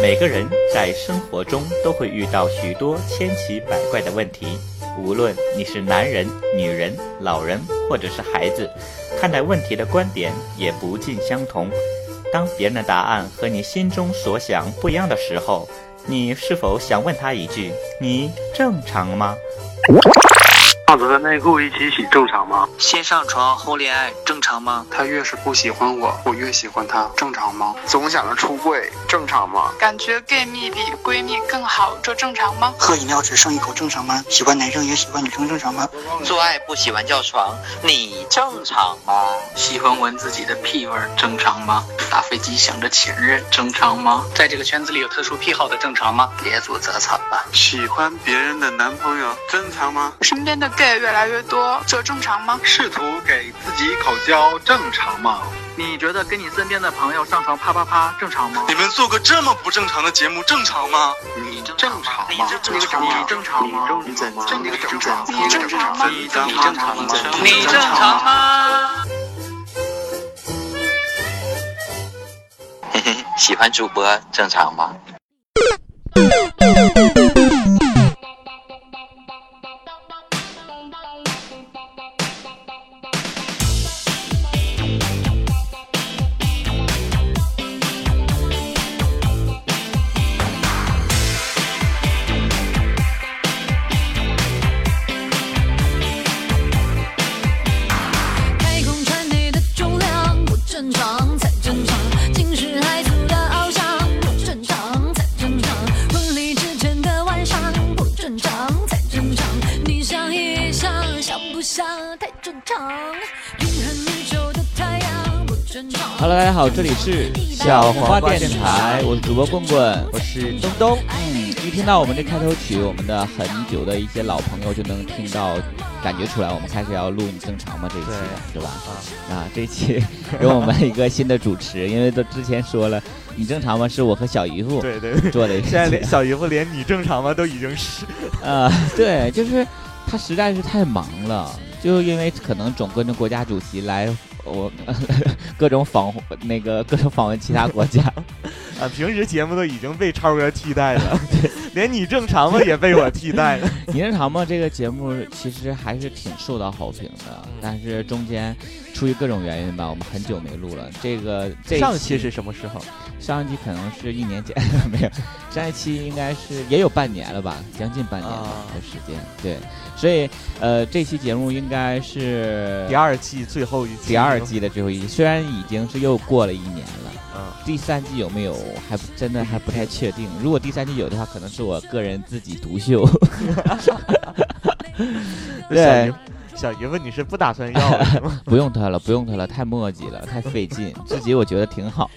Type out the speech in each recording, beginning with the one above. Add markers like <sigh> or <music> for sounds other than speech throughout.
每个人在生活中都会遇到许多千奇百怪的问题，无论你是男人、女人、老人或者是孩子，看待问题的观点也不尽相同。当别人的答案和你心中所想不一样的时候，你是否想问他一句：“你正常吗袜子和内裤一起洗正常吗？先上床后恋爱正常吗？他越是不喜欢我，我越喜欢他，正常吗？总想着出柜，正常吗？感觉 gay 蜜比闺蜜更好，这正常吗？喝饮料只剩一口正常吗？喜欢男生也喜欢女生正常吗？做爱不喜欢叫床，你正常吗？喜欢闻自己的屁味正常吗？打飞机想着前任正常吗？在这个圈子里有特殊癖好的正常吗？别组择草了。喜欢别人的男朋友正常吗？身边的 gay 越来越多，这正常吗？试图给自己口交正常吗？你觉得跟你身边的朋友上床啪啪啪正常吗？你们做个这么不正常的节目正常吗？你正常吗？你正常吗？你正常吗？你正常你正常你正常吗？你正常吗？你正常吗？嘿嘿，喜欢主播正常吗？太空船内的重量不正常才正常，惊世骇俗的翱翔不正常才正常，婚礼之前的晚上不正常才正常，你想也想，想不想太正常，永恒宇宙的太阳不正常。 Hello，大家好，这里是小黄花瓜电电台台，我是主播棍棍，我是东东。嗯，一听到我们这开头曲，我们的很久的一些老朋友就能听到，感觉出来我们开始要录你正常吗这一期了，是吧？啊，这一期有我们一个新的主持，因为都之前说了，你正常吗？是我和小姨夫对对对，做的一个现在节连目小姨夫连你正常吗都已经是，啊，对，就是他实在是太忙了，就因为可能总跟着国家主席来我 <laughs> 各种访那个各种访问其他国家， <laughs> 啊，平时节目都已经被超哥替 <laughs> 代了，连你正常吗也被我替代了。你正常吗？这个节目其实还是挺受到好评的，嗯但是中间出于各种原因吧，我们很久没录了。这个这一上期是什么时候？上一期可能是一年前 <laughs> 没有，上一期应该是也有半年了吧，将近半年了啊的时间。对，所以呃，这期节目应该是第二季最后一期。第二。季的最后一期，虽然已经是又过了一年了。嗯，第三季有没有？还不真的还不太确定。如果第三季有的话，可能是我个人自己独秀。 <laughs> 那对，小姨夫，小姨夫你是不打算要了 <laughs> 是吗？不用他了，不用他了，太墨迹了，太费 <laughs> 劲，自己我觉得挺好。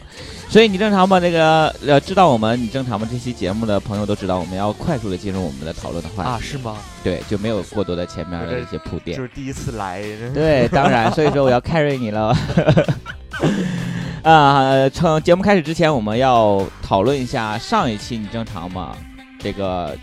所以你正常吗？这个呃，知道我们你正常吗？这期节目的朋友都知道，我们要快速的进入我们的讨论的话题，啊，是吗？对，就没有过多的前面的一些铺就垫。是第一次来， <laughs> 对，当然，所以说我要 carry 你了。 <laughs> 啊，从节目开始之前，我们要讨论一下上一期你正常吗？这个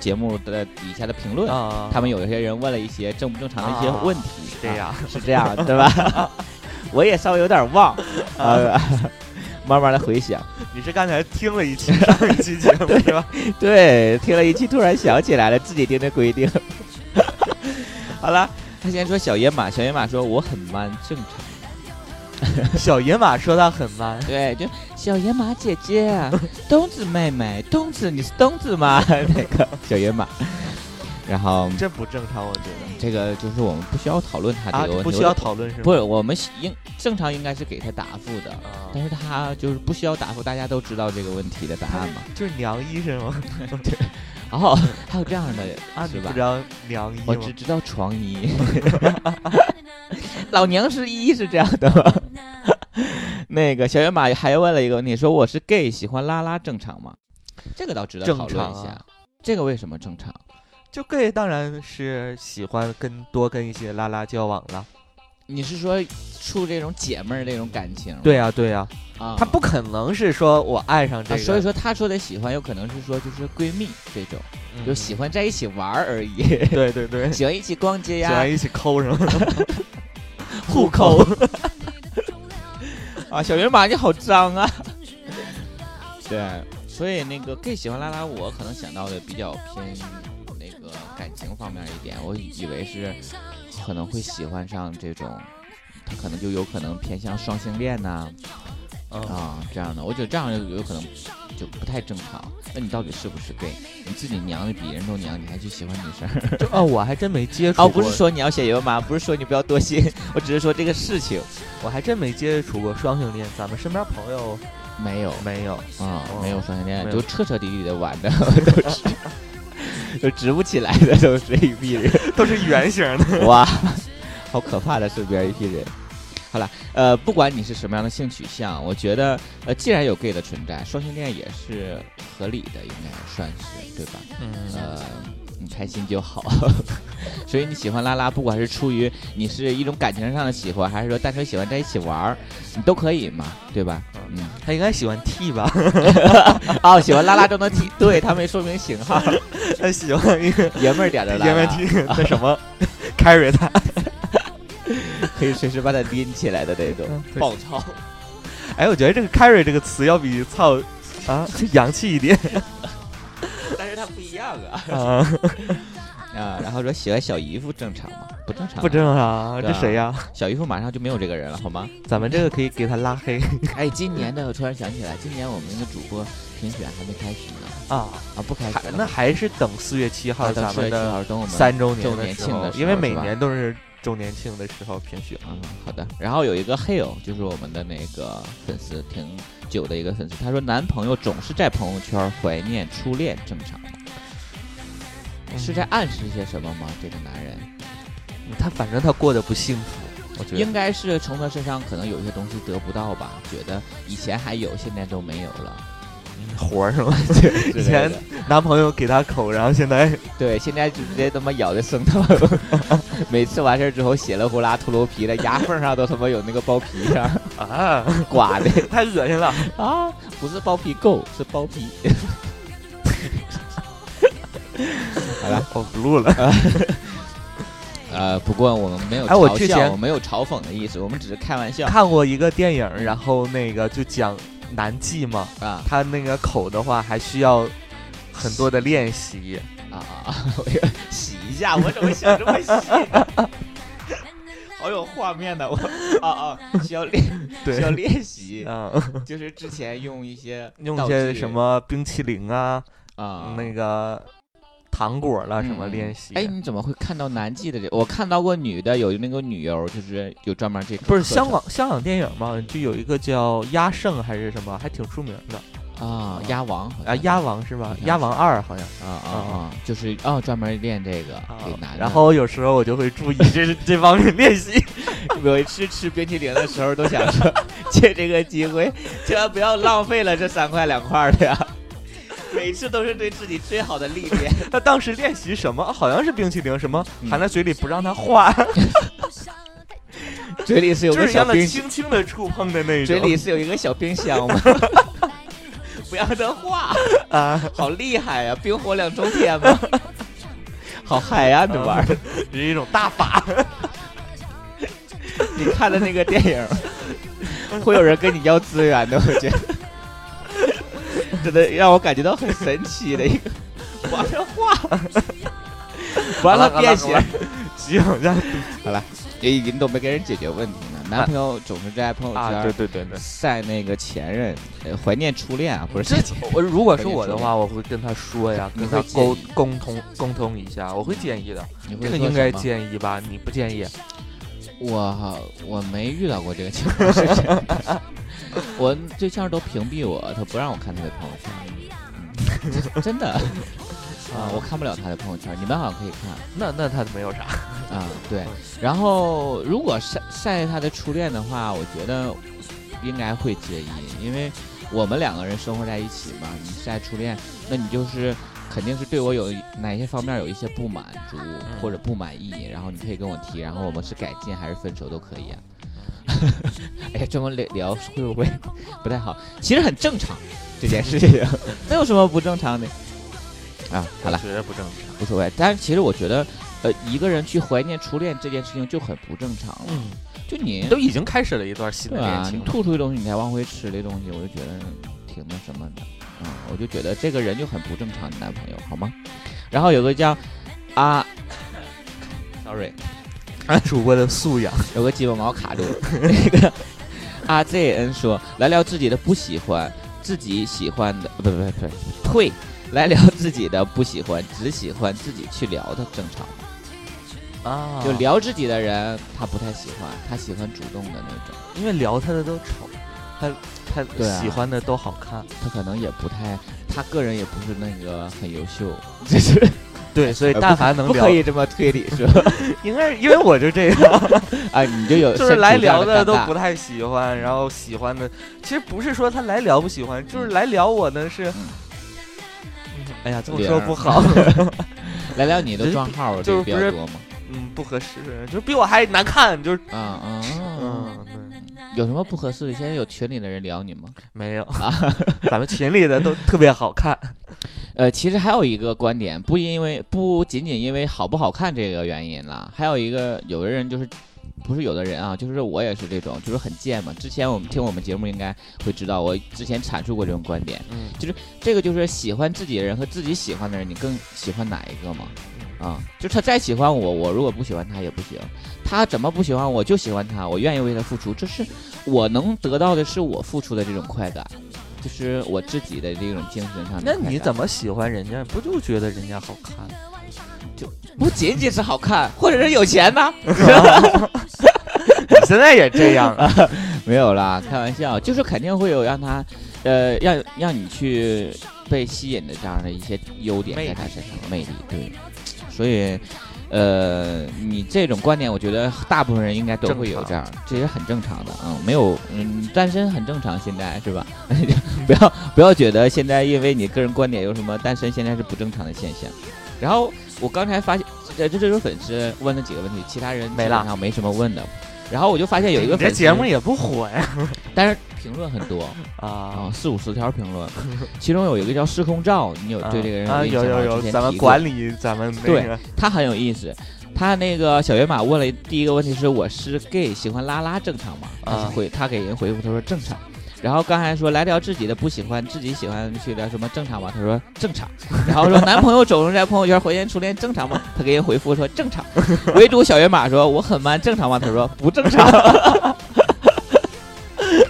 节目的底下的评论，啊，他们有一些人问了一些正不正常的一些问题，是这样啊，是这样，对吧？ <laughs> 我也稍微有点忘，呃，啊 <laughs> 慢慢的回想。你是刚才听了一期上一期节目是 <laughs> 吧？对，听了一期，突然想起来了，自己定的规定。 <laughs> 好了，他先说小野马，小野马说我很 man，正常。小野马说他很 man，对，就小野马姐姐，啊东子妹妹，东子你是东子 <laughs> 吗？那个小野马，然后这不正常，我觉得。这个就是我们不需要讨论他啊，这个问题，不需要讨论是吗？不是，我们应正常应该是给他答复的，啊，但是他就是不需要答复，大家都知道这个问题的答案 <laughs> 嘛。就是娘医是吗？然后 <laughs> 还有这样的 <laughs> 啊，是你吧不知？道娘医我吗只？知道床医， <laughs> 老娘是医是这样的吗？那个小野马还问了一个问题，说我是 gay，喜欢拉拉正常吗？这个倒值得正讨论一常下。啊这个为什么正常？就 gay 当然是喜欢跟多跟一些拉拉交往了。你是说处这种姐妹儿这种感情？对呀、对呀、啊，他不可能是说我爱上这啊。个，所以说他说的喜欢，有可能是说就是闺蜜这种，嗯就喜。欢在一起玩儿而已， <laughs> 对对对，喜喜欢一起逛街呀，欢一起抠什么的，互抠。 <laughs> 啊，小圆马你好脏啊！对，所以那个 gay 喜欢拉拉，我可能想到的比较偏那个感情方面一点，我以为是可能会喜欢上这种，他可能就有可能偏向双性恋呐、啊，哦啊、嗯、这样的，我觉得这样有可能就不太正常。那你到底是不是 gay？你自己娘的比人都娘，你还去喜欢女生？ <laughs> 哦，我还真没接触。哦，不是说你要写油麻，不是说你不要多心，我只是说这个事情，我还真没接触过双性恋。咱们身边朋友没有，没有啊、哦哦，没有双性恋，就彻彻底底的玩的 <laughs> 都是， <laughs> 就直不起来的都是一批人， <laughs> 都是圆形的。哇，好可怕的身边一批人。好了，呃，不管你是什么样的性取向，我觉得，呃，既然有 gay 的存在，双性恋也是合理的，应该算是对吧？ <laughs> 嗯，呃，你开心 <laughs> 就好。所以你喜欢拉拉，不管是出于你是一种感情上的喜欢，还是说单纯喜欢在一起玩儿，你都可以嘛，对吧？嗯，他应该喜欢 T 吧？哦，喜欢拉拉都能 T，对 <laughs> 他没说明型号，他喜欢一个爷们儿点的拉拉，爷们 T <laughs> 那什么 carry 他。可以随时把它拎起来的那种嗯暴操。哎，我觉得这个 “carry” 这个词要比“操”啊洋气一点，但是它不一样啊。啊，啊然后说喜欢小姨夫正常吗？不正常、啊，不正常、啊。这谁呀？小姨夫马上就没有这个人了，好吗？咱们这个可以给他拉黑。哎，今年的我突然想起来，今年我们的主播评选还没开始呢。 <laughs> 啊啊，不开 <laughs> 始，啊那还是等四月七号咱们的等我们三周年的时候，因为每年都是。周年庆的时候评选啊，好的。然后有一个 Hill，就是我们的那个粉丝挺久的一个粉丝，他说男朋友总是在朋友圈怀念初恋，正常吗、嗯？是在暗示些什么吗？这个男人，他反正他过得不幸福，我觉得应该是从他身上可能有些东西得不到吧，觉得以前还有，现在都没有了。嗯活儿是 <laughs> 吗？以前男朋友给他口，然后现 <laughs> 在对，现在就直接他妈咬的生疼。每次完事儿之后，血了呼啦秃噜皮的，牙缝上都他妈有那个包皮呀啊，刮 <laughs> 的太恶心了啊！不是包皮垢，是包皮。好了， <laughs> 我不录了。啊呃，不过我们没有嘲笑，哎，我之前我没有嘲讽的意思，我们只是开玩笑。看过一个电影，然后那个就讲。难记嘛啊，他那个口的话还需要很多的练习啊啊！我洗一下，我怎 <laughs> 么想这哎么洗？好有画面的我啊啊！需要练，对需要 <laughs> 练习啊，就是之前用一些用一些什么冰淇淋啊啊那个。糖果了什么练习？啊哎、嗯，你怎么会看到男记的这？我看到过女的有那个女优，就是有专门这不是香港香港电影嘛？就有一个叫《鸭圣》还是什么，还挺出名的啊，《鸭王》啊，《鸭王》是吧？《鸭王二》好像啊啊啊，就是哦，专门练这个啊给男。啊然后有时候我就会注意这这方面练习。 <laughs> 每次吃冰淇淋的时候都想说，借这个机会，千万不要浪费了这三块两块的呀。每次都是对自己最好的历练。他当时练习什么？好像是冰淇淋，什么嗯含在嘴里不让它化，嘴里是有个小冰，轻轻的触碰的那种。嘴里是有一个小冰箱吗？不让它化啊！好厉害呀、啊，冰火两重天吗？好嗨呀、啊，这玩意儿是一种大法。你看的那个电影，会有人跟你要资源的，我觉得。真的让我感觉到很神奇的一个，完了画，完了变形，基本 <laughs> 上好了，也已经都没给人解决问题呢。男朋友总是在朋友圈、啊，对对对对，晒那个前任，呃，怀念初恋啊，不是？我如果是我的话，我会跟他说呀，跟他沟沟通沟通一下，我会建议的。你这个应该建议吧？你不建议？我我没遇到过这个情况。 <laughs> 我对象都屏蔽我，他不让我看他的朋友圈，嗯、真的啊，我看不了他的朋友圈。你们好像可以看，那那他没有啥啊。对，然后如果晒晒他的初恋的话，我觉得应该会介意，因为我们两个人生活在一起嘛，你晒初恋，那你就是肯定是对我有哪些方面有一些不满足或者不满意，然后你可以跟我提，然后我们是改进还是分手都可以啊。 <laughs> 哎呀，这么聊聊会不会不太好？其实很正常这件事情， <laughs> 那有什么不正常的？啊，好了，觉得不正常，无所谓。但是其实我觉得，呃，一个人去怀念初恋这件事情就很不正常了。嗯，啊就你啊都已经开始了一段新的恋情，吐出的东西你才往回吃的东西，我就觉得挺那什么的。嗯，我就觉得这个人就很不正常，你男朋友好吗？然后有个叫啊，sorry，主播的素养有个鸡巴毛卡 <laughs> 住了。那个 R Z N 说来聊自己的不喜欢，自己喜欢的不不不不退，来聊自己的不喜欢，只喜欢自己去聊的正常。啊，就聊自己的人，他不太喜欢，他喜欢主动的那种，因为聊他的都丑，他他对啊喜欢的都好看，他可能也不太，他个人也不是那个很优 <laughs> 秀，就是对，所以呃但不凡能不聊可以这么推理是吧？应该是因为我就这样， <laughs> 啊，你 <laughs> 就有就是来聊的都不太太喜欢，然后喜欢的其实不是说他来聊不喜欢，就是来聊我呢嗯是，哎呀，这么说不 <laughs> 好，来聊你的账号就是不这个比较是多吗？嗯，不合适，就是比我还难看，就是啊啊，嗯，有什么不合适的？现在有群里的人聊你吗？没有啊，咱们群里的都特别好看。呃，其实还有一个观点，不因为不仅仅因为好不好看这个原因啦，还有一个有的人就是。不是有的人啊，就是我也是这种，就是很贱嘛。之前我们听我们节目应该会知道，我之前阐述过这种观点，嗯就是这个就是喜欢自己的人和自己喜欢的人，你更喜欢哪一个嘛？啊，就是他再喜欢我，我如果不喜欢他也不行，他怎么不喜欢我就喜欢他，我愿意为他付出，这是我能得到的是我付出的这种快感，就是我自己的这种精神上的那快你感怎么喜欢人家？不就觉得人家好看？ <laughs> 就不仅仅是好看，或者是有钱呢？你现在也这样啊？没有啦，开玩笑，就是肯定会有让他，呃，让让你去被吸引的这样的一些优点魅在力他身上，魅力对，所以。呃，你这种观点，我觉得大部分人应该都正会有这常样，这也是很正常的啊、嗯没有，嗯，单身很正常，现在是吧？ <laughs> 不要不要觉得现在因为你个人观点有什么单身现在是不正常的现象。然后我刚才发现，呃，这就是粉丝问了几个问题，其他人基没本了上没什么问的。然后我就发 <laughs> 现有一个你这粉丝节目也不火呀？但是评论很多啊啊，四五十条评论，其中有一个叫失控照，你有对这个人啊，印象有吗有之有，前咱们提过管理咱们那对个，他很有意思。他那个小野马问了第一个问题是我是 gay 喜欢拉拉正常吗？他是啊回他给人回复他说正常。然后刚才说来聊自己的不喜欢，自己喜欢去聊什么正常吗？他说正常。 <laughs> 然后说男朋友总是在朋友圈回言初恋正常吗？他给人回复说正常。唯独小野马说我很 man 正常吗？他说不正常。 <laughs>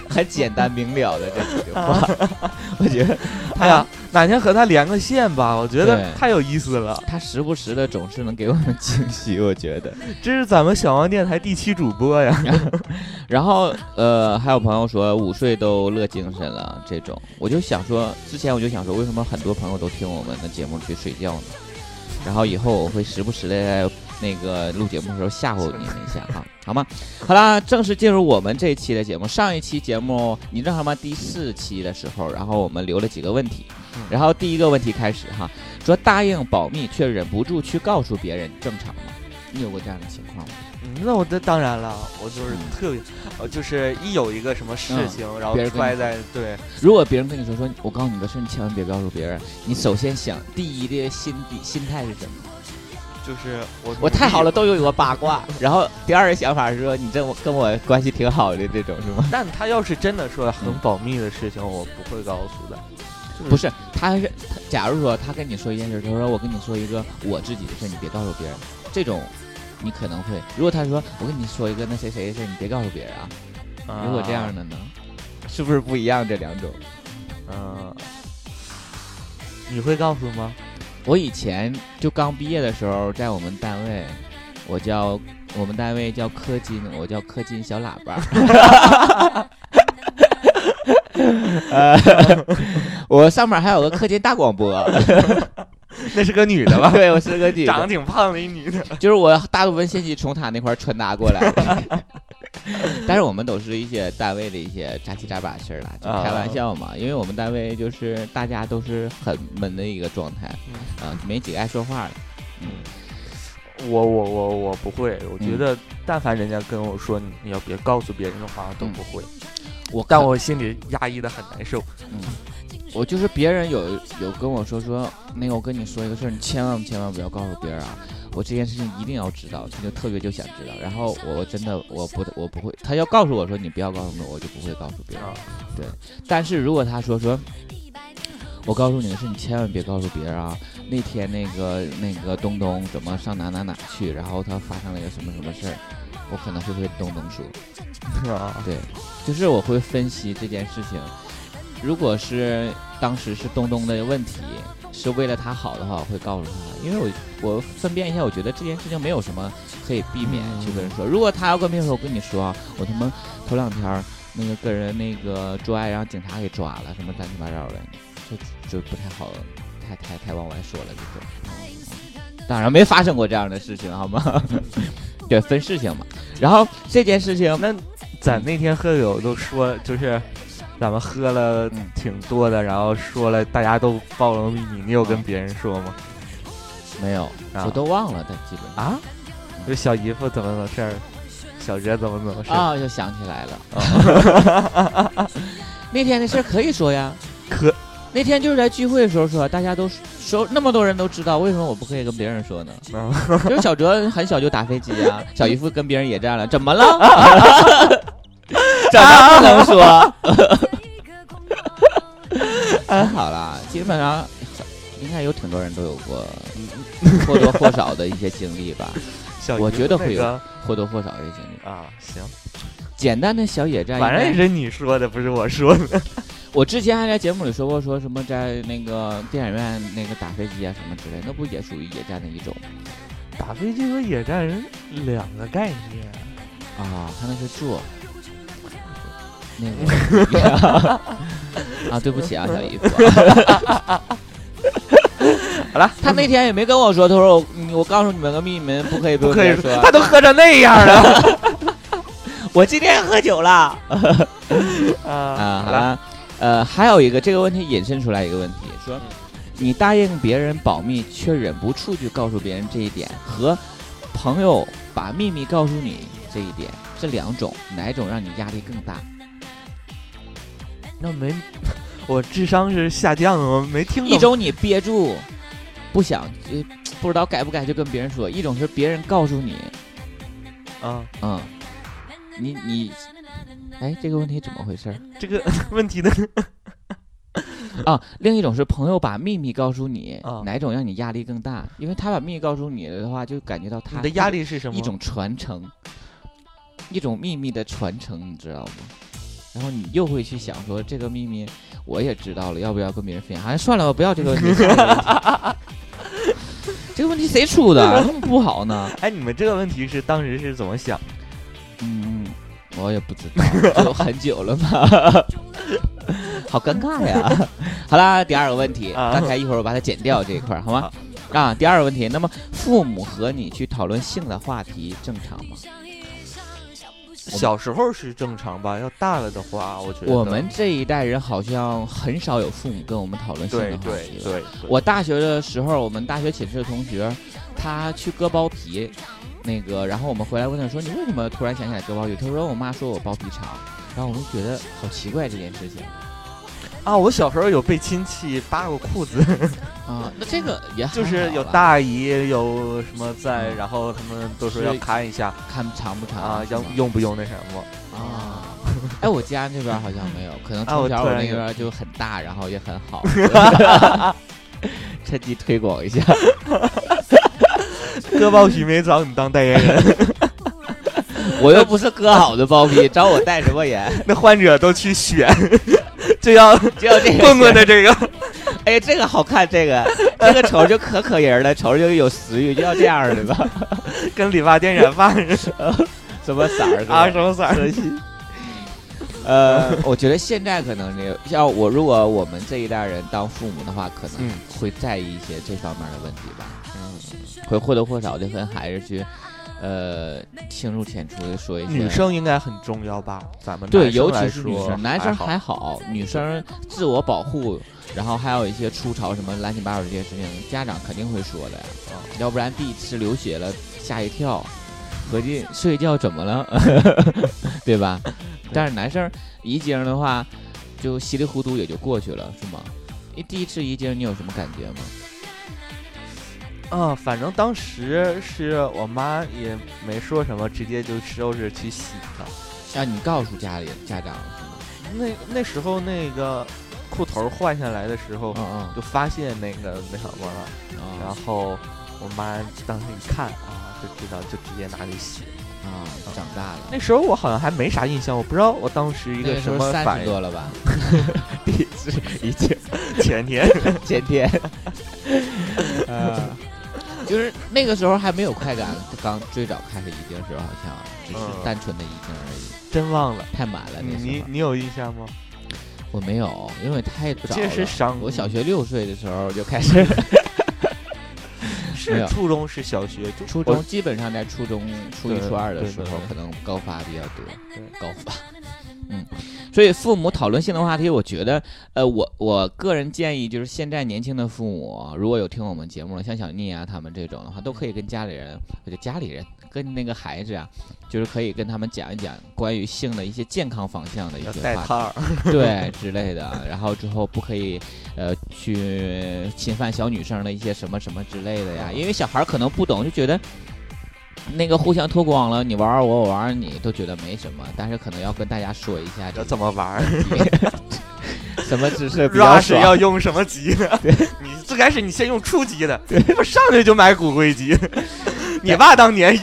很简单明了的这几句话， <laughs> 我觉得啊哎呀，哪天和他连个线吧，我觉对得太有意思了。他时不时的总是能给我们惊喜，我觉得。这是咱们小王电台第七主播呀，然后呃，还有朋友说午睡都乐精神了这种，我就想说，之前我就想说，为什么很多朋友都听我们的节目去睡觉呢？然后以后我会时不时的在那个录节目的时候吓唬你们一下啊，好 <laughs> 吗？好啦，正式进入我们这一期的节目。上一期节目你知道吗？第四期的时候，然后我们留了几个问题，然后第一个问题开始哈，说答应保密却忍不住去告诉别人，正常吗？你有过这样的情况吗？嗯 <laughs> 那我这当然了，我就是特别，呃，就是一有一个什么事情，嗯然后别人跟揣你在说对，如果别人跟你说说，我告诉你个事儿，你千万别告诉别人。你首先想第一的心底心态是什么？就是我我太好了，都有我八卦。然后第二个想法是说，你这跟我关系挺好的这种是吗？但他要是真的说很保密的事情，我不会告诉的。不是，他是他假如说他跟你说一件事，他说我跟你说一个我自己的事，你别告诉别人。这种你可能会，如果他说我跟你说一个那谁谁的事，你别告诉别人啊。啊如果这样的呢，是不是不一样？这两种，嗯，你会告诉 <laughs> 吗？我以前就刚毕业的时候，在我们单位，我叫我们单位叫科金，我叫科金小喇 <laughs> 叭。呃，我上面还有个科金大广播，那是个 <laughs> 女的吧 <laughs> 对，我是个女的，长得挺胖的一女 <laughs> 的。就是我大部分信息从他那块儿传达过来 <laughs> 的，但是我们都是一些单位的一些杂七杂八事儿啦，就啊开玩笑嘛。因为我们单位就是大家都是很闷的一个状态，啊，没几个爱说话的。我我我我不会，我觉嗯得但凡人家跟我说你要别告诉别人的话，我都不会。 <laughs> 我但看我心里压抑的很难受。嗯，我就是别人有有跟我说说，那个我跟你说一个事儿，你千万千万不要告诉别人啊，我这件事情一定要知道，他就特别就想知道。然后我真的我不我不会，他要告诉我啊说你不要告诉我，我就不会告诉别人。对，但是如果他说说。我告诉你的是，你千万别告诉别人啊。那天那个那个东东怎么上哪哪哪去，然后他发生了一个什么什么事儿，我可能会跟东东说。对，就是我会分析这件事情。如果是当时是东东的问题，是为了他好的话，我会告诉他，因为我我分辨一下，我觉得这件事情没有什么可以避免去跟人说。如果他要跟别人说，我跟你说啊，我他妈头两天儿那个跟人那个做爱，让警察给抓了，什么乱七八糟的，这就不太好，太太太往外说了，就是。当然没发生过这样的事情，好吗？ <laughs> 对，分事情嘛。然后这件事情， <laughs> 那咱那天喝酒都说，就是咱们喝了挺多的，然后说了，大家都暴露秘密，你有跟别人说吗？没有，啊我都忘了，但基本啊，就小姨夫怎么怎么事儿，小哲怎么怎么事儿啊，又想起来了。 <laughs> 那天的事儿可以说呀，可那天就是在聚会的时候说，大家都说那么多人都知道，为什么我不可以跟别人说 <laughs> 呢？就是小哲很小就打飞机 <laughs> 啊，小姨夫跟别人也这样了，怎 <laughs> 么了？怎么不能 <laughs> 说？很好啦，基本上应该有挺多人都有过嗯或多或少的一些经历吧小姨。夫我觉得会那个有或多或少的一些经历啊。行，简单的小野战，反正也是你说的，不是我说的。我之前还在节目里说过，说什么在那个电影院那个打飞机啊什么之类，那不也属于野战的一种吗 <laughs> 打飞机和野战人两个概念啊？他那是坐，那个 <laughs> 啊，对不起啊，小姨 <laughs> 夫。好了，他那天也没跟我说，他说我嗯我告诉你们个秘密，不可以不可以说，他都喝成那样 <laughs> 了。我今天喝酒了。啊，好了，呃，还有一个这个问题引申出来一个问题，说你答应别人保密，却忍不住去告诉别人这一点，和朋友把秘密告诉你这一点，这两种哪种让你压力更大？那没， <laughs> 我智商是下降了，我没听懂。一种你憋住，不想，呃不知道该不该就跟别人说；一种是别人告诉你，啊，嗯，你你，哎，这个问题怎么回事儿？ <laughs> 这个问题的 <laughs> 啊，另一种是朋友把秘密告诉你，啊哪种让你压力更大？因为他把秘密告诉你的话，就感觉到他你的压力是什么一种传承，一种秘密的传承，你知道吗？然后你又会去想说，这个秘密我也知道了，要不要跟别人分享？哎，算了吧，不要这个问题。下一个 <laughs> 问题这个问题谁出的？啊这么不好呢？哎，你们这个问题是当时是怎么想的？嗯，我也不知 <laughs> 道，就很久了吧，好尴尬呀。好啦，第二个问题，啊刚才一会儿我把它剪掉这一块儿，好吗？啊，第二个问题，那么父母和你去讨论性的话题正常吗？小时候是正常吧，要大了的话，我觉得我们这一代人好像很少有父母跟我们讨论性的话题对对了对对我大学的时候，我们大学寝室的同学，他去割包皮，那个，然后我们回来问他说：“你为什么突然想起来割包皮？”他说：“我妈说我包皮长。”然后我们觉得好奇怪这件事情。啊，我小时候有被亲戚扒过裤 <laughs> 子啊，那这个也还就是好有吧大姨有什么在，嗯然后他们都说要是看一下，看长不长啊，是要吗用不用那什么啊。哎，我家这边好像没有，可能啊我从突小我然那有边就很大，然后也很好， <laughs> 趁机推广一下。割包皮没找你当代言人， <laughs> 我又不是割好的包皮，找我代什么言？那患者都去选，就 <laughs> 要就要这个棍棍的这个，哎，这个好看，这个这个瞅着就可可人了，瞅着就有食欲，就要这样的吧？跟理发店染发似的，什么色儿是吧啊，什么色儿？ <laughs> 呃，我觉得现在可能这像我，如果我们这一代人当父母的话，可能嗯会在意一些这方面的问题吧。嗯，会或多或少的跟孩子去，呃，轻入浅出的说一些。女生应该很重要吧？咱们对，男尤生来其是女说生，男生还还好。好，女生自我保护，然后还有一些出潮什么乱七八糟这些事情，家长肯定会说的呀，哦要不然第一次流血了吓一跳，合计睡觉怎么了， <laughs> 对吧？但是男生遗精的话，就稀里糊涂也就过去了，是吗？你第一次遗精你有什么感觉吗？啊，反正当时是我妈也没说什么，直接就收拾去洗了。啊让你告诉家里家长了是吗？那那时候那个裤头换下来的时候，嗯就发现那个那什么了，哦然后我妈当时一看啊，就知道，就直接拿去洗。啊，长大了。那时候我好像还没啥印象，我不知道我当时一那个时什候么30反应。多了吧？ <laughs> 第已经前天前天，啊， <laughs> 就是那个时候还没有快感，刚最早开始一定时候好像只是单纯的一定而已。 <laughs> 真忘了，太满了。嗯你那时候你你有印象吗？我没有，因为太早这了。是伤，我小学六岁的时候就开始是没有初中是小学就初 <laughs> 我中基本上在初中初一对初二的对时候对，可能高发比较多，高发。嗯，所以父母讨论性的话题，我觉得，呃，我我个人建议就是，现在年轻的父母如果有听我们节目了，像小聂啊他们这种的话，都可以跟家里人，或者家里人跟那个孩子啊，就是可以跟他们讲一讲关于性的一些健康方向的一些要戴套话儿题，对 <laughs> 之类的。然后之后不可以，呃，去侵犯小女生的一些什么什么之类的呀，因为小孩儿可能不懂，就觉得。那个互相脱光了，你玩玩我，我玩玩你，都觉得没什么，但是可能要跟大家说一下这怎么玩，什么姿势比较 rush 爽，要用什么级 <laughs> 呢？你最开始你先用初级的，我上去就买骨灰 <laughs> 级。你爸当年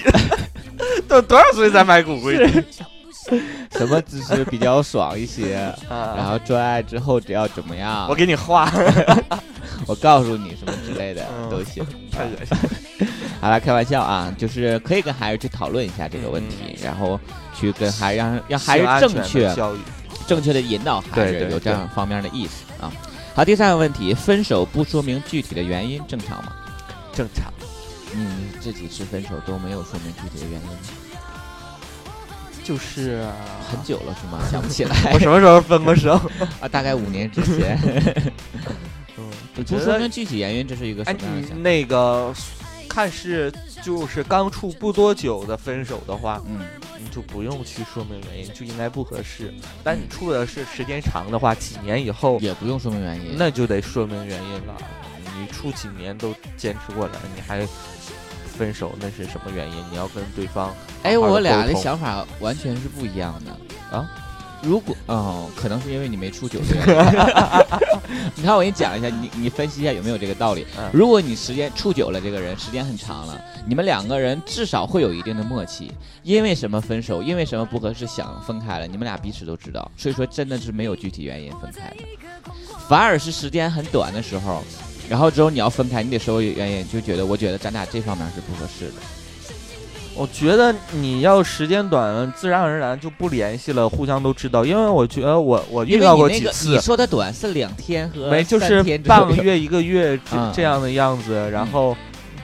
都多少岁才买骨灰级？什么姿势比较爽一些，然后做爱之后只要怎么样，啊我给你 <laughs> 画，我告诉你什么之类的嗯都行。太恶心了。好了，开玩笑啊，就是可以跟孩子去讨论一下这个问题，然后去跟孩子让让孩是嗯安子全正的确教育正确的引导孩对子对有这对样方面的意识啊。好，第三个问题，分手不说明具体的原因，正常吗？正常。嗯，这几次分手都没有说明具体的原因吗，就是啊很哎久了是吗？想不起来。 <laughs> 我什么时候分过 <laughs> 手啊？大概五年之前。嗯不我觉说得明具体原因，这是一个什哎么样的想法？你那个看是就是刚处不多久的分手的话，嗯，你就不用去说明原因，就应该不合适。但嗯你处的是时间长的话，几年以后也不用说明原因，那就得说明原因了。你处几年都坚持过来，你还分手，那是什么原因？你要跟对方哎，好好地我俩沟的通想法完全是不一样的啊。如果哦，可能是因为你没处久的 <laughs> 原因你看，我给你讲一下，你你分析一下有没有这个道理。嗯如果你时间处久了，这个人时间很长了，你们两个人至少会有一定的默契。因为什么分手，因为什么不合适，想分开了，你们俩彼此都知道，所以说真的是没有具体原因分开的。反而是时间很短的时候，然后之后你要分开，你得说有原因，就觉得我觉得咱俩这方面是不合适的。我觉得你要时间短了，自然而然就不联系了，互相都知道。因为我觉得我我遇因为到你过那几个次，你说的短是两天和没就三是天左半个右月一个月这、嗯这样的样子，然后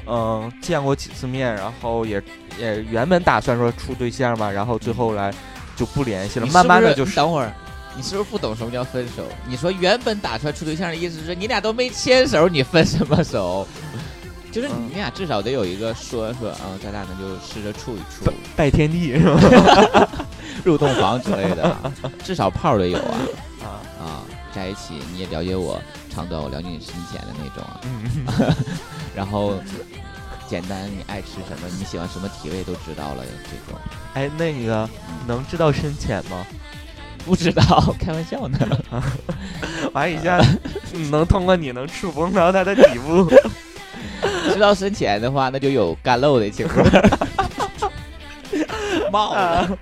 嗯、见过几次面，然后也也原本打算说处对象嘛，然后最后来就不联系了，嗯你慢慢的是不就是是等会儿，你是不是不懂什么叫分手？你说原本打出来处对象的意思是你俩都没牵手，你分什么手？ <laughs> 就是嗯你俩至少得有一个说说，嗯，咱俩呢就试着处一 <laughs> 处，拜天地 <laughs> 是吧？入洞房之类的， <laughs> 至少泡儿得有啊啊！在一起你也了解我长短，我了解你深浅的那种啊。然后嗯简单，你爱吃什么，你喜欢什么体味都知道了这种。哎，那个能知道深浅 <laughs> 吗？不 <laughs> 知道，开玩笑呢。完一 <laughs> 下嗯能通过你能触碰到它的底 <laughs> 部。 <laughs> 知道深浅的话，那就有干漏的情况。 <laughs> 冒啊了。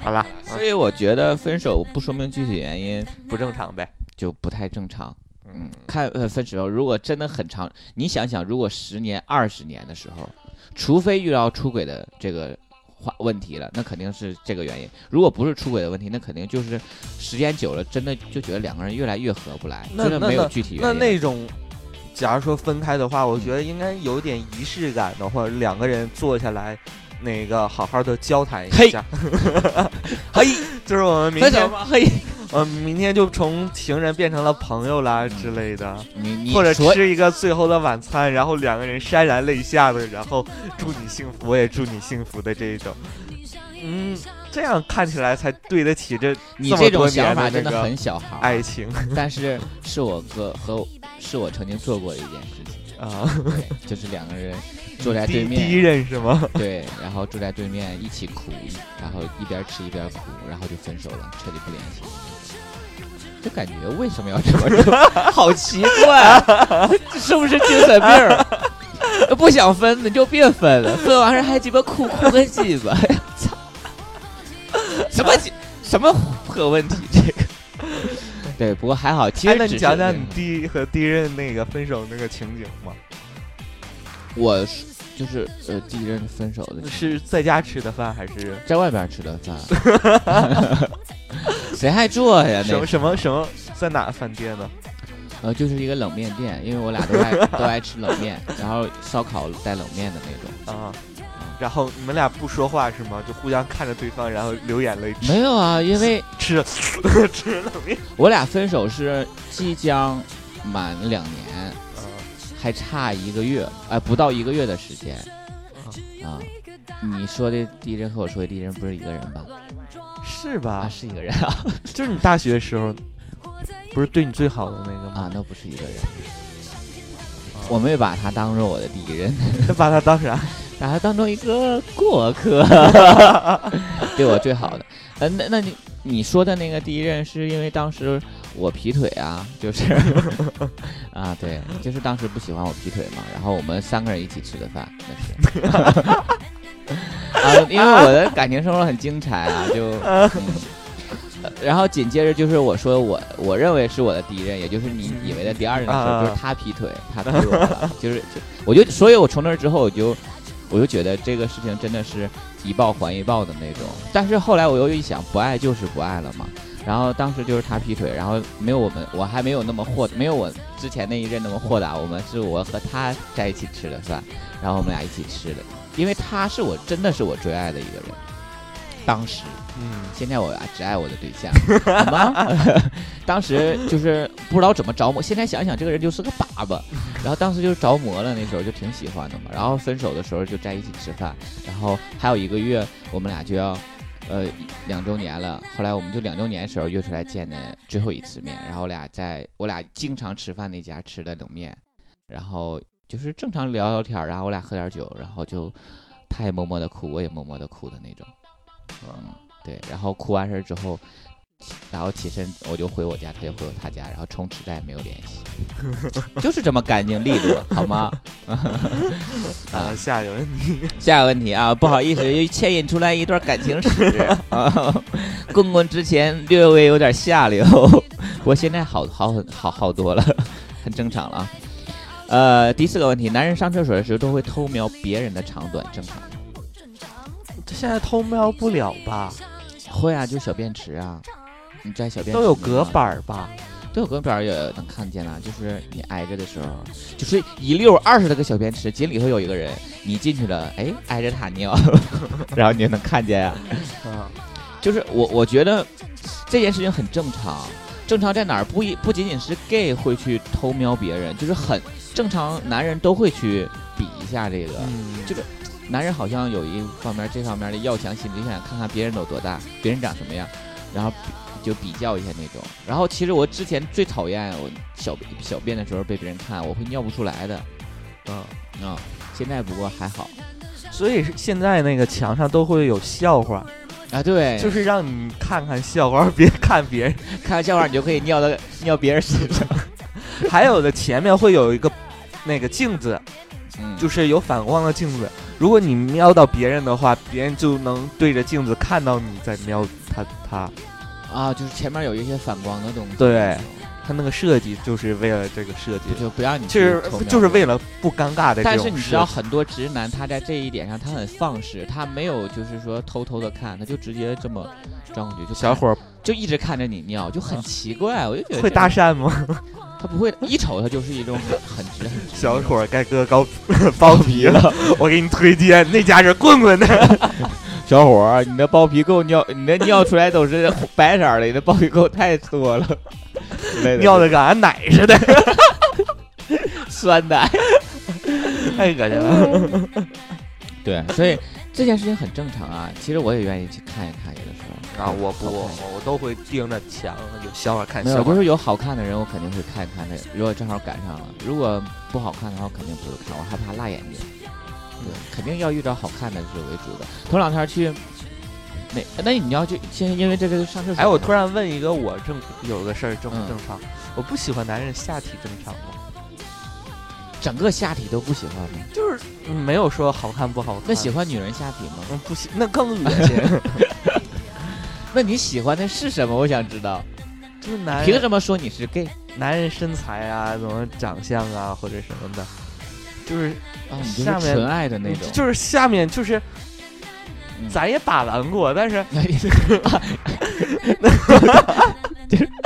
好了，所以我觉得分手不说明具体原因，嗯不正常呗，就不太正常。嗯，看呃分手，如果真的很长，你想想，如果十年、二十年的时候，除非遇到出轨的这个话问题了，那肯定是这个原因。如果不是出轨的问题，那肯定就是时间久了，真的就觉得两个人越来越合不来，那真的那没有那具体原那因。那种，假如说分开的话，我觉得应该有点仪式感的，或者两个人坐下来，那个好好的交谈一下。 <laughs> 嘿，就是我们明分手天吧嘿，我们明天就从情人变成了朋友啦之类的，你你或者说吃一个最后的晚餐，然后两个人潸然泪下的，然后祝你幸福，我也祝你幸福的这一种。嗯，这样看起来才对得起这你这么这种多年想法那真个哎的很小孩儿 <laughs> 爱情。 <laughs> 但是是我哥和我是我曾经做过的一件事情，啊，就是两个人 <laughs> 坐在对面，第一任是吗？ <laughs> 对，然后坐在对面一起哭，然后一边吃一边哭，然后就分手了，彻底不联系。就感觉为什么要这么 <laughs> 做？好奇怪、啊， <laughs> 是不是精神病？ <laughs> 不想分你就别分了，分完事还鸡巴哭哭个鸡巴！ <laughs> 操什么什么破问题这个？ <laughs> 对，不过还好。其实、哎、那你讲讲你第一和第一任那个分手那个情景吗？我就是呃，第一任分手的是在家吃的饭还是在外边吃的 <laughs> 饭？啊谁还做呀？什么什么什么，在哪饭店呢？呃，就是一个冷面店，因为我俩都爱都爱吃冷 <laughs> 面，然后烧烤带冷面的那种啊。然后你们俩不说话是吗？就互相看着对方，然后流眼泪。没有啊，因为吃吃 <laughs> 冷面。我俩分手是即将满两年，呃、还差一个月，哎、呃，不到一个月的时间啊、呃。你说的第一任和我说的第一任不是一个人吧？是吧？啊、是一个人啊，就是你大学时 <laughs> 候，不是对你最好的那个吗？啊，那不是一个人。啊、我没把他当做我的第一任， <laughs> 把他当啥？把他当成一个过客，对我最好的。呃，那那你你说的那个第一任，是因为当时我劈腿啊，就是啊，对，就是当时不喜欢我劈腿嘛，然后我们三个人一起吃的饭，那是 <laughs> 啊，因为我的感情生活很精彩啊，就。嗯呃然后紧接着就是我说我我认为是我的第一任，也就是你以为的第二任的时候，就是他劈腿，他劈我了，就是 <laughs> 就我就所以，我从那之后我就。我就觉得这个事情真的是一报还一报的那种，但是后来我又一想，不爱就是不爱了嘛。然后当时就是他劈腿，然后没有我们，我还没有那么豁，没有我之前那一任那么豁啊达。我们是我和他在一起吃的饭，然后我们俩一起吃的，因为他是我真的是我最爱的一个人，当时。 <laughs> 嗯，现在我只爱我的对象， <laughs> 好吗？ <laughs> 当时就是不知道怎么着魔，现在想想这个人就是个粑粑，然后当时就着魔了，那时候就挺喜欢的嘛。然后分手的时候就在一起吃饭，然后还有一个月我们俩就要，呃，两周年了。后来我们就两周年的时候约出来见的最后一次面，然后我俩在我俩经常吃饭那家吃的冷面，然后就是正常聊聊天，然后我俩喝点酒，然后就他也默默的哭，我也默默的哭的那种，嗯。对，然后哭完事之后，然后起身我就回我家，他就回他家，然后从此再也没有联系， <laughs> 就是这么干净利落，好吗？啊，下一个 <laughs> 问题，下一个问 <laughs> 题啊，不好意思，又牵引出来一段感情史啊。棍棍之前略微有点下流， <laughs> 不过现在好好很好好多了，很正常了啊。呃，第四个问题，男人上厕所的时候都会偷瞄别人的长短，正常？这现在偷瞄不了吧？会啊，就小便池啊，你在小便都有隔板吧？都有隔板也能看见啦。就是你挨着的时候，就是一溜二十多个小便池，仅里头有一个人，你进去了，哎，挨着他尿， <laughs> 然后你就能看见啊。嗯，就是我我觉得这件事情很正常，正常在哪儿？不一不仅仅是 gay 会去偷瞄别人，就是很正常，男人都会去比一下这个，嗯、就是。男人好像有一方面这方面的要强心理，就想看看别人都多大，别人长什么样，然后就比较一下那种。然后其实我之前最讨厌我小小便的时候被别人看，我会尿不出来的。嗯啊、嗯，现在不过还好。所以现在那个墙上都会有笑话啊，对，就是让你看看笑话，别看别人，看完笑话你就可以尿到尿别人身 <laughs> 上。还有的前面会有一个那个镜子。嗯、就是有反光的镜子，如果你瞄到别人的话，别人就能对着镜子看到你在瞄他他，啊，就是前面有一些反光的东西。对，他那个设计就是为了这个设计，就不让你其实就是为了不尴尬的。但是你知道，很多直男他在这一点上他很放肆，他没有就是说偷偷的看，他就直接这么张过去，就小伙就一直看着你尿，就很奇怪，啊、我就觉得会搭讪吗？他不会一瞅他就是一种很很直很直。 <laughs> 小伙该割高 <laughs> 包皮了， <laughs> 我给你推荐那家是棍棍的。 <laughs> 小伙，你的包皮够尿，你的尿出来都是 <laughs> 白色的，你的包皮够太多 <laughs> 了，尿的跟俺奶似的，酸奶 <laughs> 太恶心了。对，所以这件事情很正常啊。其实我也愿意去看一看，有的时候啊，我不，好看我都会盯着墙有笑话看没笑有，话。就是有好看的人，我肯定会看一看的。如果正好赶上了，如果不好看的话，我肯定不会看，我害怕辣眼睛。嗯对，肯定要遇着好看的是为主的。头两天去，那那你要去，先因为这个就上厕所。哎，我突然问一个，我正有个事儿正不正常？我不喜欢男人下体正常吗？整个下体都不喜欢吗？就是嗯没有说好看不好看。那喜欢女人下体吗？嗯，不喜，那更恶 <laughs> 心。那你喜欢的是什么？我想知道。就是男人凭什么说你是 gay？男人身材啊，怎么长相啊，或者什么的，就是啊，你就是下面纯爱的那种就是下面就是，咱也把玩过，但是 <laughs>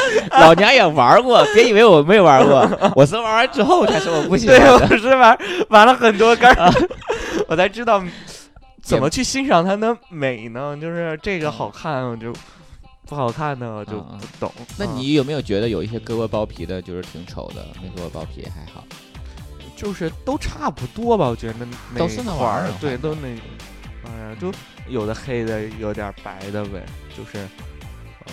老娘也玩过，别以为我没玩 <laughs> 过，我是玩完之后才说我不喜欢对，的。我是玩玩了很多杆儿， <laughs> 我才知道啊怎么去欣赏它的美呢？就是这个好看，我就不好看呢，我就不懂。那你有没有觉得有一些胳膊包皮的，就是挺丑的？没胳膊包皮还好，就是都差不多吧，我觉得那都是那那玩块意儿儿嗯好，对，都那，哎呀，就有的黑的，有点白的呗，就是，嗯，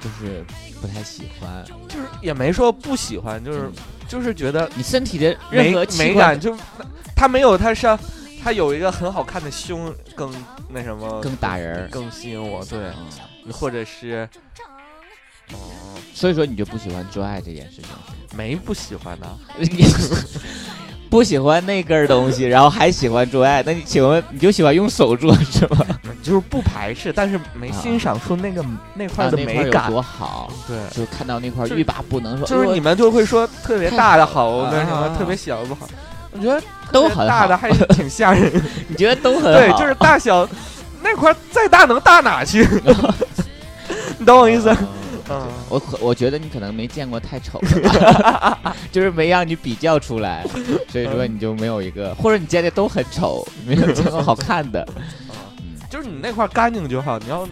就是不太喜欢。就是也没说不喜欢，就是就是觉得你身体的嗯任美何器美官感就，他没有他是他有一个很好看的胸更那什么更打人儿嗯更吸引我，对，或者是所以说你就不喜欢做爱这件事情， <laughs> 没不喜欢呢？你不喜欢那根儿东西，然后还喜欢做爱，那你请问你就喜欢用手做是 <laughs> 吗？就是不排斥，但是没欣赏出那个那块啊的那美有感多好，对，就看到那块就欲罢不能说，就是哎呦你们就会说特别太大的好好，了那什么啊特别小的不好，我觉得都特别很大的好还是挺吓人的。 <laughs> 你觉得都很对，好就是大小那块儿再大能大哪 <laughs> 去？你懂我意啊思？嗯，我可我觉得你可能没见过太丑的吧， <laughs> 就是没让你比较出来，所以说你就没有一个，或者你见的都很丑，没有见过好看的。 <laughs> 就是你那块儿干净就好，你要。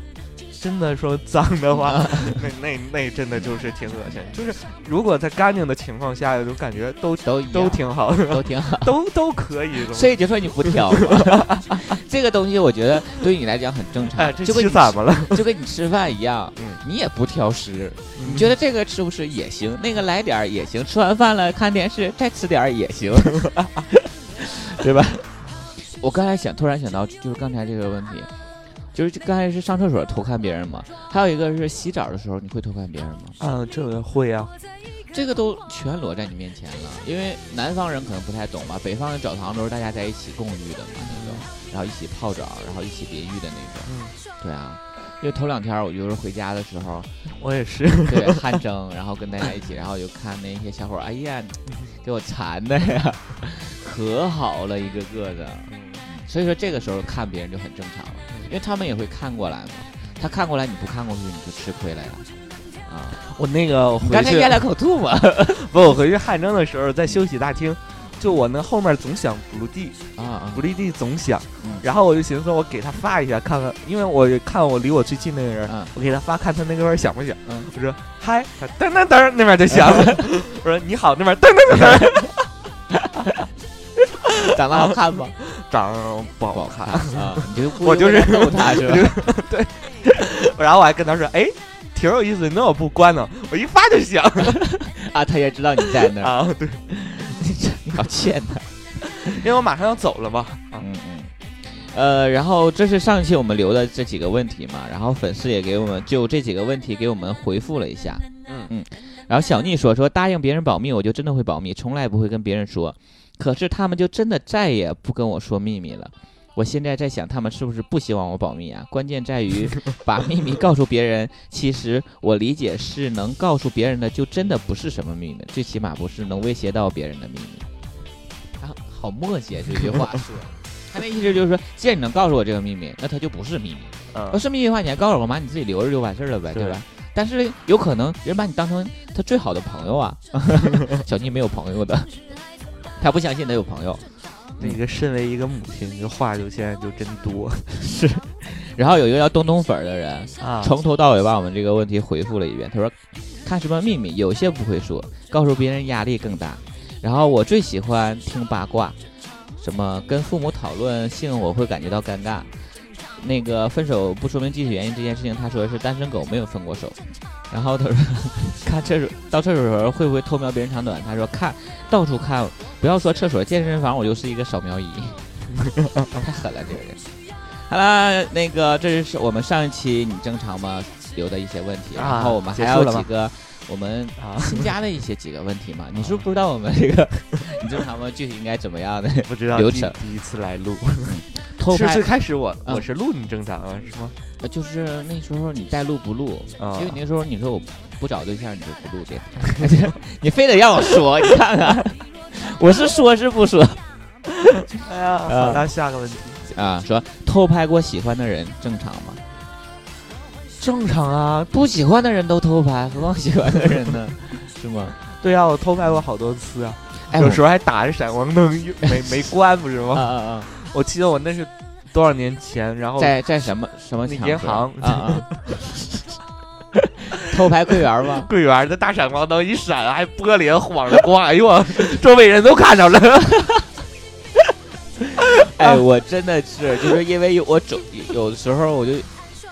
真的说脏的话， <laughs> 那那那真的就是挺恶心。就是如果在干净的情况下，就感觉都都都挺好 <laughs> 的，都挺好，都都可以。所以就说你不挑嘛 <laughs> 这个东西我觉得对于你来讲很正常。哎这就跟期你怎么了？ <laughs> 就跟你吃饭一样，你也不挑食，你觉得这个吃不吃也行，那个来点儿也行，吃完饭了看电视再吃点儿也行， <laughs> 对吧？我刚才想，突然想到，就是刚才这个问题，就是刚才是上厕所偷看别人嘛，还有一个是洗澡的时候，你会偷看别人吗？嗯，这个会啊，这个都全裸在你面前了，因为南方人可能不太懂吧，北方人澡堂都是大家在一起共浴的嘛那种，然后一起泡澡，然后一起淋浴的嗯那种。对啊，因为头两天我就是回家的 <laughs> 时候，我也是对汗蒸，然后跟大家一起，然后就看那些小伙儿，哎呀，嗯给我馋的呀，可好了，一个个的。嗯所以说这个时候看别人就很正常了，因为他们也会看过来嘛。他看过来你不看过去你就吃亏了呀，啊。我那个我回去刚才咽了口 <laughs> 吐沫不，我回去汗蒸的时候在休息大厅，就我那后面总响补录地啊，补录地总响，然后我就寻思我给他发一下看看，因为我看我离我最近那个人，啊我给他发看他那边响不响，我说嗨，他噔噔噔那边就响了， <laughs> 我说你好那边噔噔噔噔。 <laughs> 长得好看吗？ <laughs> 长得不好看啊 <laughs> 你就故意我就是为了逗他是吧我就对，然后我还跟他说，哎，挺有意思，那我不关呢，我一发就响。啊，他也知道你在那儿啊，对， <laughs> 你好欠他，因为我马上要走了嘛。啊，嗯嗯。呃，然后这是上一期我们留的这几个问题嘛，然后粉丝也给我们就这几个问题给我们回复了一下，嗯嗯，然后小逆说说答应别人保密，我就真的会保密，从来不会跟别人说，可是他们就真的再也不跟我说秘密了。我现在在想，他们是不是不希望我保密啊？关键在于把秘密告诉别人。其实我理解是能告诉别人的，就真的不是什么秘密，最起码不是能威胁到别人的秘密。他好墨迹啊这句话说的，他那意思就是说，既然你能告诉我这个秘密，那它就不是秘密。要是秘密的话，你还告诉我干嘛？你自己留着就完事儿了呗，对对吧？但是有可能人把你当成他最好的朋友啊，小妮没有朋友的，他不相信他有朋友。那个身为一个母亲，这话就现在就真多。是，然后有一个叫东东粉儿的人，啊从头到尾把我们这个问题回复了一遍。他说，看什么秘密，有些不会说，告诉别人压力更大。然后我最喜欢听八卦，什么跟父母讨论性我会感觉到尴尬，那个分手不说明具体原因这件事情，他说是单身狗没有分过手，然后他说 <laughs> 看厕所到厕所的时候会不会偷瞄别人长短，他说看到处看，不要说厕所健身房我就是一个扫描仪， <laughs> 太狠了这个人。好啦，那个这是我们上一期你正常吗留的一些问题，啊然后我们还结束有了吗几个我们啊新加的一些几个问题嘛，你是不是不知道我们这个 <laughs> 你正常吗具体应该怎么样的不知道流第程？第一次来录，偷是拍最开始我嗯我是录你正常啊，是吗？呃就是那时候你带录不录，啊因为你那时候你说我不找对象，你就不录 <laughs> 这个，你非得让我说，你看看， <laughs> 我是说是不 <laughs> 说？哎呀，好那下个问题啊，说偷拍过喜欢的人正常吗？正常啊，不喜欢的人都偷拍，何况喜欢的人呢？ <laughs> 是吗？对啊，我偷拍过好多次啊，哎有我时候还打着闪光灯没没关，不是吗？啊啊啊！我记得我那是多少年前，然后在在什么什么哦那场合银行啊 <laughs> 啊？偷拍柜员吗？ <laughs> 柜员的大闪光灯一闪，还玻璃晃着光，哎呦我，周围人都看着了。 <laughs> 哎，我真的是，就是因为有我总有的时候我就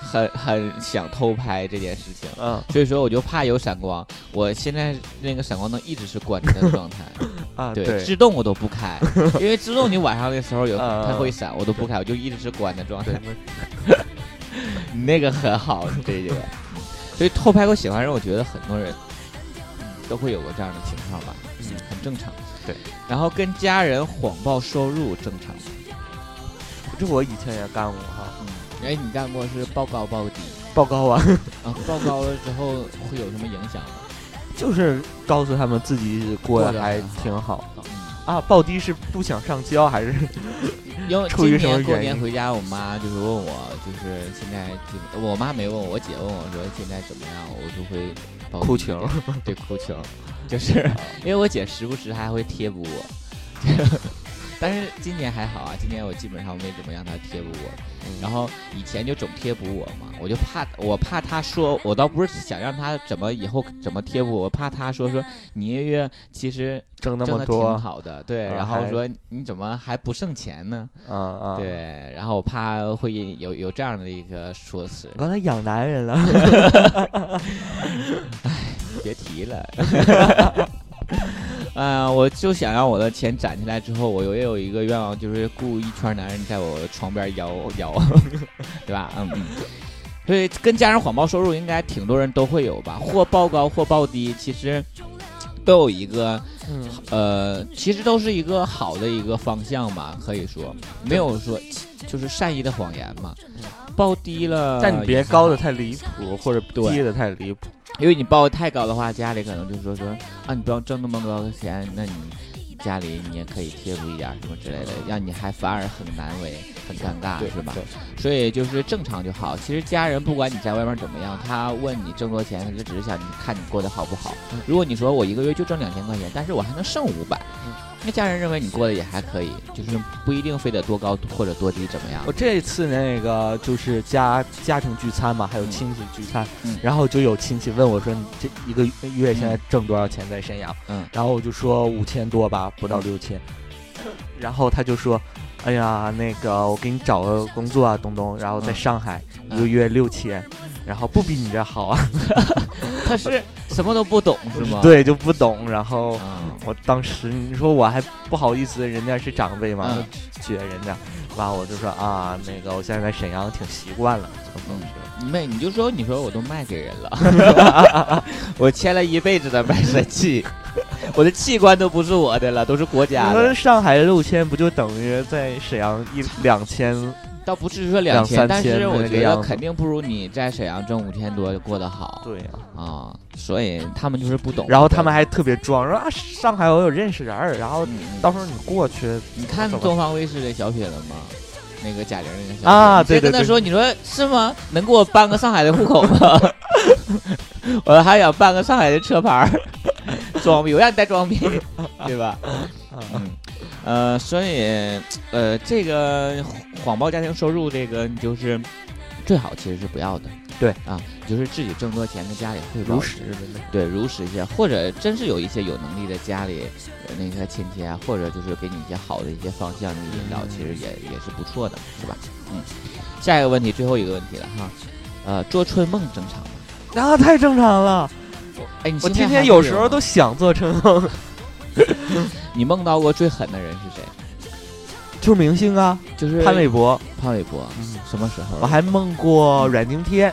很很想偷拍这件事情，嗯，所以说我就怕有闪光。我现在那个闪光灯一直是关着的状态 <laughs> 啊对，对自动我都不开，因为自动你晚上的时候有嗯它会闪，我都不开，我就一直是关的状态对。你那个很好，你这个，所以偷拍过喜欢人，我觉得很多人嗯都会有过这样的情况吧，嗯，很正常。对，然后跟家人谎报收入正常吗。这我以前也干过哈，哎，你干过是报高报低报告啊，啊？报高了之后会有什么影响吗？ <laughs> 就是告诉他们自己过过得得还很好挺好的啊。报低是不想上交还是 <laughs> 因为出于今什么年过原年因？回家，我妈就是问我，就是现在这个，我妈没问我，我姐问我说现在怎么样，我就会报哭嗯低一点穷，对，哭穷，就是 <laughs> 因为我姐时不时还会贴补我，但是今年还好啊，今年我基本上没怎么让她贴补我，嗯然后以前就总贴补我嘛，我就怕我怕她说，我倒不是想让她怎么以后怎么贴补我，我怕她说说你一个月其实挣那挣么得多挺好的，对，啊然后还说你怎么还不剩钱呢？啊啊，对，然后我怕会有有这样的一个说辞，我刚才养男人了。别 <laughs> 提了。嗯、我就想让我的钱攒起来之后，我也有一个愿望，就是雇一圈男人在我床边摇摇， <laughs> 对吧？嗯嗯。所以跟家人谎报收入，应该挺多人都会有吧，或报高或报低，其实都有一个 <laughs> 嗯呃，其实都是一个好的一个方向吧，可以说没有说就是善意的谎言嘛，报低了，但你别高的太离谱，或者低的太离谱。因为你报太高的话，家里可能就说说啊，你不要挣那么高的钱，那你家里你也可以贴补一点什么之类的，让你还反而很难为，很尴尬，对是吧对？所以就是正常就好。其实家人不管你在外面怎么样，他问你挣多少钱，他就只是想你看你过得好不好。如果你说我一个月就挣两千块钱，但是我还能剩五百，那家人认为你过得也还可以，就是不一定非得多高或者多低怎么样我。这次那个就是家家庭聚餐嘛，还有亲戚聚餐，嗯然后就有亲戚问我说：“你这一个月现在挣多少钱在沈阳？”嗯，然后我就说五千多吧，不到六千。然后他就说：“哎呀，那个我给你找个工作啊，东东，然后在嗯上海、嗯一个月六千，然后不比你这好啊。 <laughs> <laughs> 他是什么都不懂是吗？ <laughs> 对，就不懂。然后啊我当时你说我还不好意思，人家是长辈嘛，嗯撅人家，完我就说啊，那个我现在在沈阳挺习惯了，怎么回事妹，你就说你说我都卖给人 <laughs> 了，我签了一辈子的卖身契，我的器官都不是我的了，都是国家你说的。上海六千不就等于在沈阳一两千？倒不是说两千，三但千是的我那个觉得样子肯定不如你在沈阳挣五千多过得好。对呀、啊，所以他们就是不懂。然后他们还特别装，说啊上海我有认识人儿，然后嗯嗯到时候你过去，你看东方卫视的小品了吗？那个贾玲那个小品啊你直对对接跟他对说，你说是吗？能给我办个上海的户口吗？ <laughs> 我还想办个上海的车牌儿， <laughs> 装逼，我让你带装逼，对吧？啊嗯，呃，所以呃，这个谎报家庭收入，这个你就是最好其实是不要的。对啊，就是自己挣多钱跟家里汇报，如实对如实一下，或者真是有一些有能力的家里呃那些亲戚啊，或者就是给你一些好的一些方向的引导，其实也嗯也是不错的，是吧？嗯，下一个问题，最后一个问题了哈，呃，做春梦正常吗？那、啊、太正常了。哎，你我天天有时候都想做春梦。你梦到过最狠的人是谁？ <laughs> 就是明星 <laughs> 啊，就是潘玮柏。潘玮柏，什么时候？我还梦过阮经天。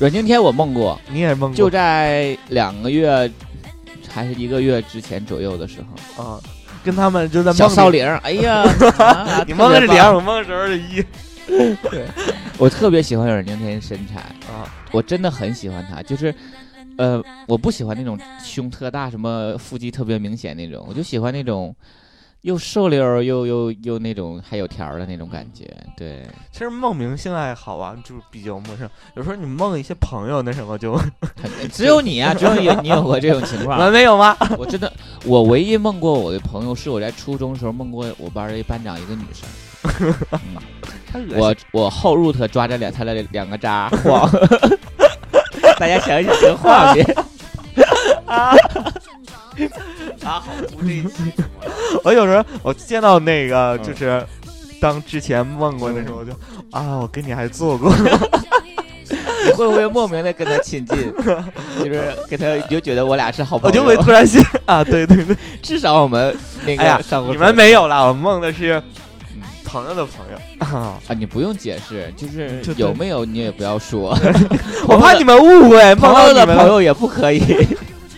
阮经天我梦过，你也梦过，就在两个月还是一个月之前左右的时候啊，跟他们就在小骚灵。哎呀， <laughs> 你梦的是零，我梦的时候是一。对，我特别喜欢阮经天身材啊，我真的很喜欢他，就是。呃，我不喜欢那种胸特大、什么腹肌特别明显那种，我就喜欢那种又瘦溜又又又那种还有条的那种感觉。对，其实梦明星爱好啊，就是比较陌生。有时候你梦一些朋友那什么就，只有你啊，只有你你有过这种情况，我没有吗？ <laughs> 我真的，我唯一梦过我的朋友是我在初中时候梦过我班的一班长一个女生。嗯、我我后 root 抓着两他的两个渣晃。 <laughs> 大家想一想这个画面啊！啊，好无力气。我有时候我见到那个，就是当之前梦过的时候，我就啊，我跟你还做过。你会不会莫名的跟他 <laughs> 亲近？就是跟他，你就觉得我俩是好朋友？我就会突然间 <laughs> 啊，对对对，至少我们那个、哎、上过。你们没有啦，我梦的是。嗯朋友的朋友啊，你不用解释，就是有没有你也不要说，嗯 <laughs> <laughs> 我怕你们误会。朋友的朋友也不可以。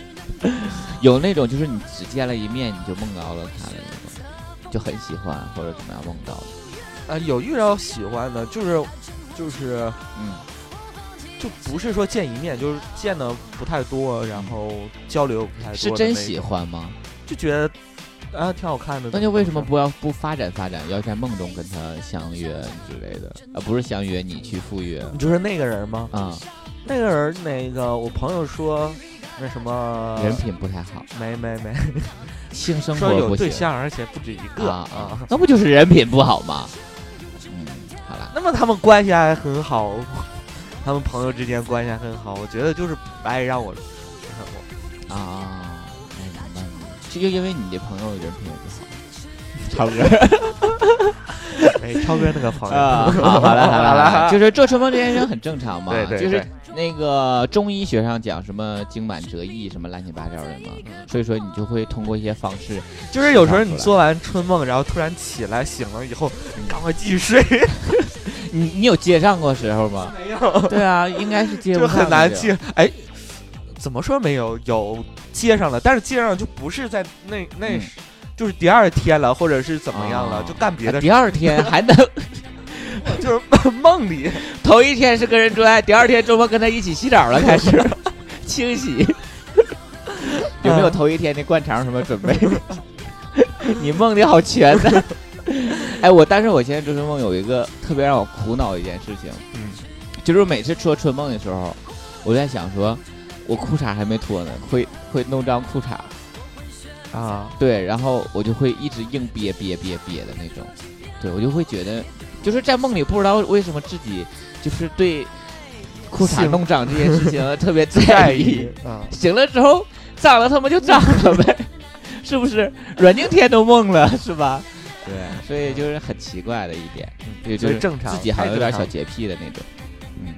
<laughs> 有那种就是你只见了一面你就梦到了他的那种，就很喜欢或者怎么样梦到的。啊，有遇到喜欢的，就是就是嗯，就不是说见一面，就是见的不太多，然后交流不太多。是真喜欢吗？就觉得。啊，挺好看的。那就为什么不要不发展发展，要在梦中跟他相约之类的？啊，不是相约，你去赴约。你就是那个人吗？啊、嗯，那个人，那个我朋友说，那什么人品不太好。没没没，性生活有对象，而且不止一个啊啊！那不就是人品不好吗？嗯，好了。 <laughs> 那么他们关系还很好， <laughs> 他们朋友之间关系还很好，我觉得就是不爱让我 <laughs> 什么啊。就因为你的朋友人品也不好，超哥，哎，超哥那个朋友啊， <laughs> 好了好了，就是做春梦这件事很正常嘛， <laughs> 对对，就是那个中医学上讲什么经满则溢，什么乱七八糟的嘛，所以说你就会通过一些方式， <laughs> 就是有时候你做完春梦，然后突然起来醒了以后，赶快继续 <laughs> 睡。你你有接上过时候吗？没有。 <laughs> 对啊，应该是接就很难接，哎。怎么说没有？有接上了，但是接上就不是在那嗯那，就是第二天了，或者是怎么样了，啊就干别的。第二天还 <laughs> 能，就是梦里， <laughs> 头一天是跟人做爱，第二天周末跟他一起洗澡了，开始 <laughs> 清洗。嗯有没有头一天的灌肠什么准备？ <laughs> 你梦里好全呢。 <laughs> 哎，我但是我现在做春梦有一个特别让我苦恼的一件事情，嗯，就是每次做春梦的时候，我在想说。我裤衩还没脱呢，会会弄脏裤衩，啊，对，然后我就会一直硬憋憋憋憋的那种，对我就会觉得，就是在梦里不知道为什么自己就是对裤衩弄脏这件事情特别 <laughs> 在意，醒了之后脏了他妈就脏 <laughs> 了呗，是不是？阮经天都梦了是吧？对，所以就是很奇怪的一点，对，就是嗯正常，自己好像有点小洁癖的那种，嗯。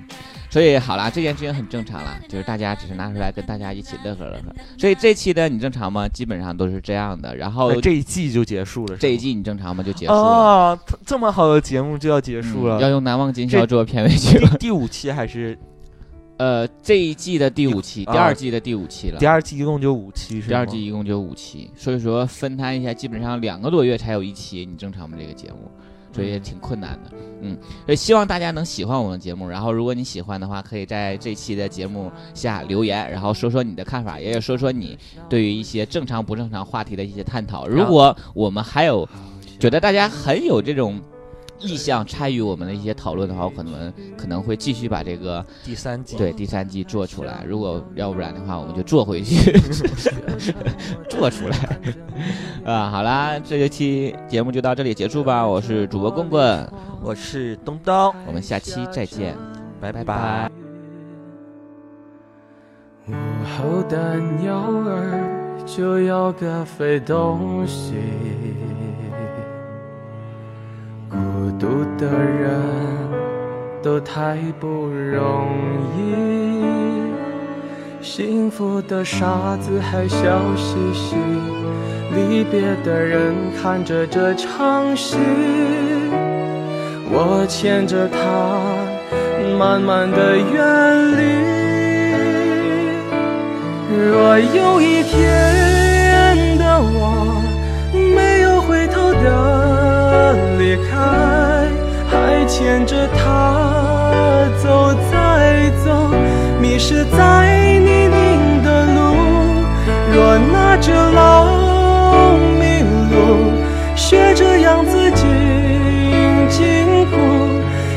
所以好啦，这件事情很正常啦，就是大家只是拿出来跟大家一起乐呵乐呵。所以这期的你正常吗？基本上都是这样的。然后哎这一季就结束了，哦这一季你正常吗？就结束了嗯啊！这么好的节目就要结束了，要用难忘今宵做片尾曲。第五期还是 <laughs> 呃这一季的第五期，第二季的第五期了。啊第二季一共就五期，第二季一共就五期，所以说分摊一下，基本上两个多月才有一期你正常吗这个节目。所以也挺困难的，嗯，所以希望大家能喜欢我们的节目。然后，如果你喜欢的话，可以在这期的节目下留言，然后说说你的看法，也说说你对于一些正常不正常话题的一些探讨。如果我们还有觉得大家很有这种意向参与我们的一些讨论的话，我可能可能会继续把这个第三季对第三季做出来。如果要不然的话，我们就做回去，做出来。啊，好啦，这一期节目就到这里结束吧。我是主播棍棍，我是东东，我们下期再见，拜拜拜。午后的鸟儿就要各飞东西，孤独的人都太不容易，幸福的傻子还笑嘻嘻，离别的人看着这场戏，我牵着他慢慢的远离。若有一天的我没有回头的呃离开，还牵着她走再走，迷失在泥泞的路。若那只老麋鹿学着样子紧紧哭，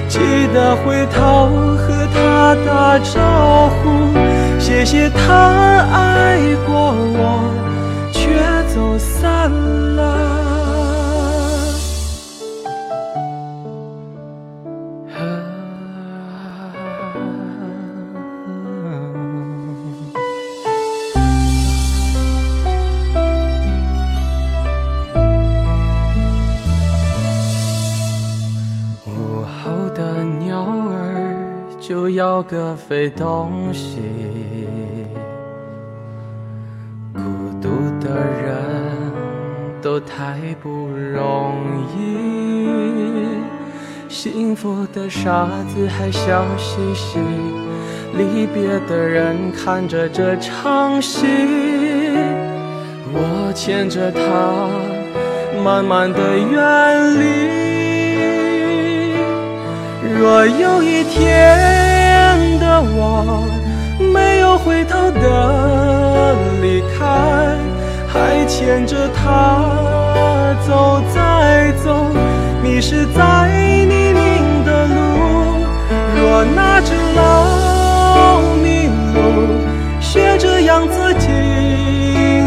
记得回头和它打招呼。谢谢他爱过我，却走散了。啊午后的鸟儿就要各飞东西。都太不容易，幸福的傻子还笑嘻嘻，离别的人看着这场戏，我牵着他慢慢的远离。若有一天的我没有回头的离开。还牵着她走再走，迷失在泥泞的路。若那只老麋鹿学着样子紧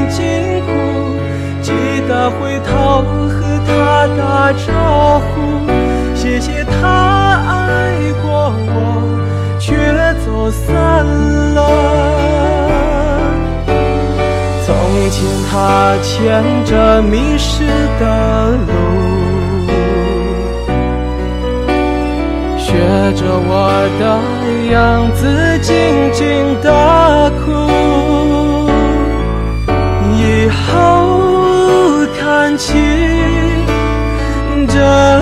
紧哭，记得回头和它打招呼。谢谢它爱过我，却走散了。从前，他牵着迷失的鹿，学着我的样子静静的哭。以后看清这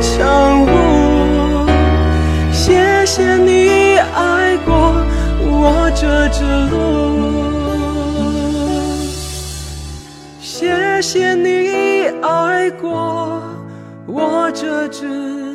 场雾，谢谢你爱过我这只鹿。谢谢你爱过我这只。